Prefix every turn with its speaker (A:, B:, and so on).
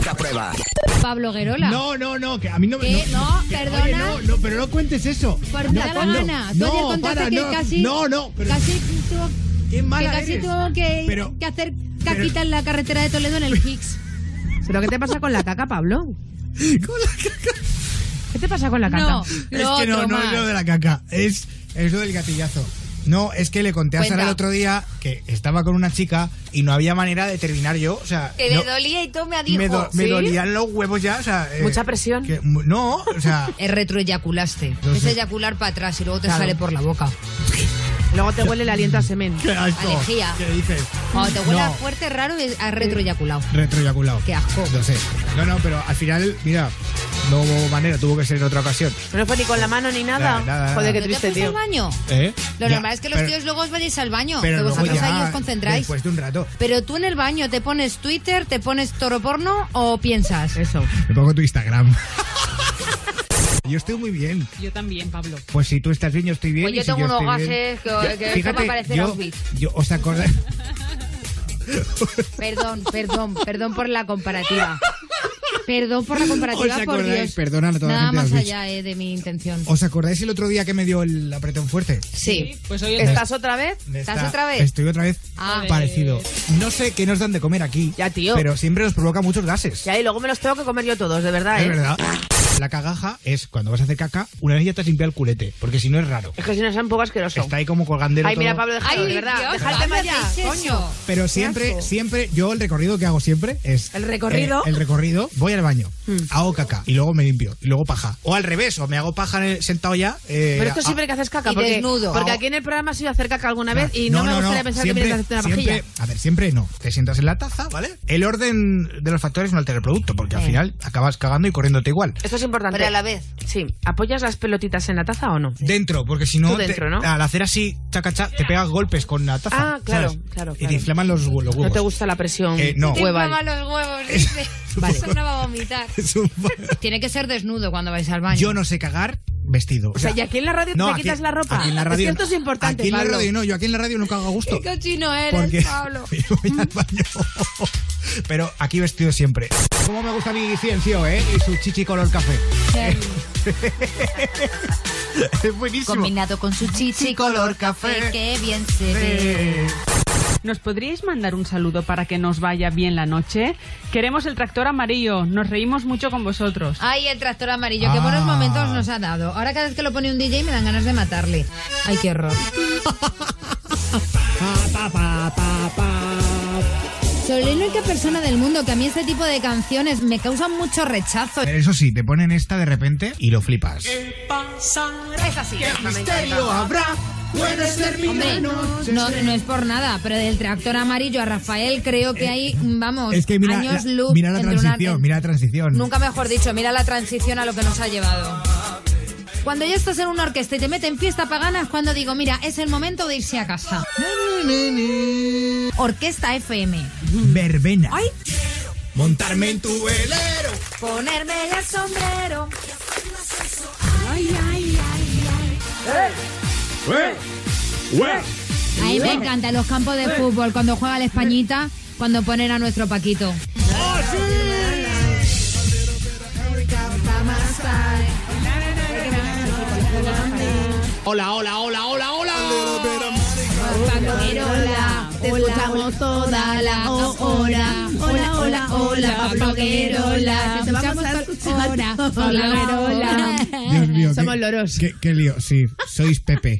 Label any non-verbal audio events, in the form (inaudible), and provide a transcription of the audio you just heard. A: Contraprueba.
B: Pablo Guerola.
C: No, no, no, que a mí no me.
B: ¿Qué? Eh, No,
C: que- oye,
B: perdona.
C: no, no, pero no cuentes eso.
B: Por
C: no,
B: la
C: no,
B: gana. Tú
C: No,
B: ayer contaste
C: para,
B: que
C: no,
B: casi.
C: No, no, pero.
B: Casi tuvo
C: Qué mala
B: que, casi
C: eres.
B: tuvo que,
C: Pero-
B: que hacer
C: pero-
B: caquita en la carretera de Toledo en el Higgs.
D: ¿Pero qué te pasa con la caca, Pablo?
C: (laughs) Con la caca.
D: ¿Qué te pasa con la caca?
B: No. Lo
C: es que no,
B: otro
C: no es
B: más.
C: lo de la caca. Es, es lo del gatillazo. No, es que le conté a Sara el
B: Cuenta.
C: otro día que estaba con una chica y no había manera de terminar yo. O sea,
B: Que le
C: no-
B: dolía y todo me dijo.
C: me, do- me
D: ¿sí?
C: dolían los huevos ya. O sea, eh,
D: Mucha presión.
C: que- no,
B: (laughs)
C: o sea.
B: Es retroeyaculaste.
C: No
B: Es
C: sé.
B: eyacular para atrás y luego te
D: Claro.
B: sale por la boca.
D: Luego te huele el aliento
B: (laughs)
D: a semen.
C: Qué asco.
B: Alejía.
C: ¿Qué dices?
B: Cuando te huela
C: No.
B: fuerte, raro, es- has retroeyaculado.
C: Retroyaculado.
B: Qué asco.
C: No sé. No, no, pero al final, mira, no hubo manera, tuvo que ser en otra ocasión.
D: No fue ni con la mano ni nada.
C: Nada, nada, nada.
D: Joder, qué
B: ¿No
D: triste,
B: te fuiste
D: tío.
B: al baño?
C: ¿Eh?
B: Lo
C: Ya,
B: normal es que los
C: pero-
B: tíos luego os vayáis al baño.
C: pero
B: que
C: luego
B: vosotros
C: ya,
B: ahí os concentráis.
C: Después de un rato.
B: Pero tú en el baño, ¿te pones Twitter, te pones toro porno o piensas?
D: Eso.
C: Me pongo tu Instagram. (laughs) yo estoy muy bien.
D: Yo también, Pablo.
C: Pues si tú estás bien, yo estoy bien.
B: Pues
C: y
B: yo
C: si
B: tengo unos
C: estoy bien-
B: gases que- que esto va a parecer
C: yo,
B: Auschwitz.
C: yo, ¿Os acordáis?
B: Perdón, perdón, perdón por la comparativa. Perdón por la
C: (laughs) ¿Os
B: comparativa, por
C: acordáis?
B: Dios.
C: Perdonad a toda la
B: Nada
C: gente de
B: más
C: Auschwitz.
B: allá eh, de mi intención.
C: ¿Os acordáis el otro día que me dio el apretón fuerte?
B: Sí.
E: Pues hoy es
D: ¿Estás otra vez?
C: Me
B: ¿Estás
C: está-
B: otra vez?
C: Estoy otra vez
B: Ah.
C: parecido. No sé qué nos dan de comer aquí.
D: Ya, tío.
C: Pero siempre nos provoca muchos gases.
D: Ya, y luego me los tengo que comer yo todos, de verdad,
C: Es
D: ¿eh?
C: verdad. La cagaja es cuando vas a hacer caca, una vez ya te has limpiado el culete, porque si no es raro.
D: Es que si no es un poco asqueroso.
C: Está ahí como colgandero
D: Ay, mira,
C: todo. Eh,
D: Pablo, déjalo, de verdad. Deja el
B: Pablo,
D: tema ya,
B: ¿qué es
D: coño.
B: eso?
C: Pero siempre, siempre, yo el recorrido que hago siempre es...
D: ¿El recorrido? Hmm.
C: eh, el recorrido, voy al baño, hago caca y luego me limpio, y luego paja. O al revés, o me hago paja en el- sentado ya... eh,
D: Pero esto
C: a-
D: siempre que haces caca,
B: Y
D: porque,
B: desnudo.
D: porque aquí en el programa has ido a hacer caca alguna vez y no, me gustaría pensar
C: siempre-
D: que vienes a hacerte una
C: siempre-
D: pajilla.
C: A ver, siempre no. Te sientas en la taza, ¿vale? El orden de los factores no altera el producto, porque al
D: Eh.
C: final acabas cagando y corriéndote igual.
D: Esto es importante.
B: Pero a la vez.
D: Sí. ¿Apoyas las pelotitas en la taza o no?
C: Dentro, porque si no,
D: Tú
C: te-
D: dentro, ¿no?
C: al hacer así, chaca, cha, te pegas golpes con la taza.
D: Ah, claro,
C: ¿sabes?
D: claro,
C: Y te
D: claro.
C: inflaman los, hue- los huevos.
D: No te gusta la presión
C: Eh, no. Te
D: hueval.
B: los
C: (laughs)
B: huevos, dice.
C: Vale.
B: Eso no va a
C: (laughs)
B: vomitar.
C: (laughs) Es
D: (laughs)
C: un fa-
B: Tiene que ser desnudo cuando vais al baño.
C: Yo no sé cagar vestido.
D: O sea, y aquí en la radio
C: no,
D: te
C: aquí-
D: quitas la ropa.
C: Aquí en la radio,
D: es que esto es importante,
C: Aquí en
D: Pablo.
C: la radio no, yo aquí en la radio no cago a
D: (laughs)
C: gusto.
B: Qué cochino eres,
C: Porque (laughs)
B: Pablo.
C: yo voy al baño. (laughs) Pero aquí vestido siempre. Cómo me gusta mi ciencio, ¿eh? Y su chichi color café. Es buenísimo.
B: Combinado con su chichi color café, qué bien se ve.
C: Eh,
E: ¿Nos podríais mandar un saludo para que nos vaya bien la noche? Queremos el tractor amarillo. Nos reímos mucho con vosotros.
B: Ay, el tractor amarillo, qué
C: Ah.
B: buenos momentos nos ha dado. Ahora cada vez que lo pone un DJ me dan ganas de matarle. Ay, qué horror. Soy la única persona del mundo que a mí este tipo de canciones me causan mucho rechazo.
C: Pero eso sí, te ponen esta de repente y lo flipas.
B: Es así.
C: misterio habrá? Puede ser mi
B: Hombre, no, no es por nada, pero del tractor amarillo a Rafael creo que hay, vamos,
C: Eh, Es que mira,
B: años
C: la,
B: luz
C: mira la
B: entre una-
C: transición, mira la transición.
B: Nunca mejor dicho, mira la transición a lo que nos ha llevado. Cuando ya estás en una orquesta y te meten fiesta pagana es cuando digo, mira, es el momento de irse a casa. Orquesta FM.
C: Verbena. Montarme en tu velero.
B: Ponerme el sombrero. A mí me encantan los campos de fútbol cuando juega la Españita, cuando ponen a nuestro Paquito.
C: Hola, hola, hola, hola, hola.
B: Hola, te escuchamos toda la hora. Hola, hola, hola, Pablo Guerola. Te escuchamos toda la hora. Pablo Guerola.
C: Dios mío.
D: Somos
C: qué-
D: loros.
C: Qué, qué lío, sí. Sois Pepe.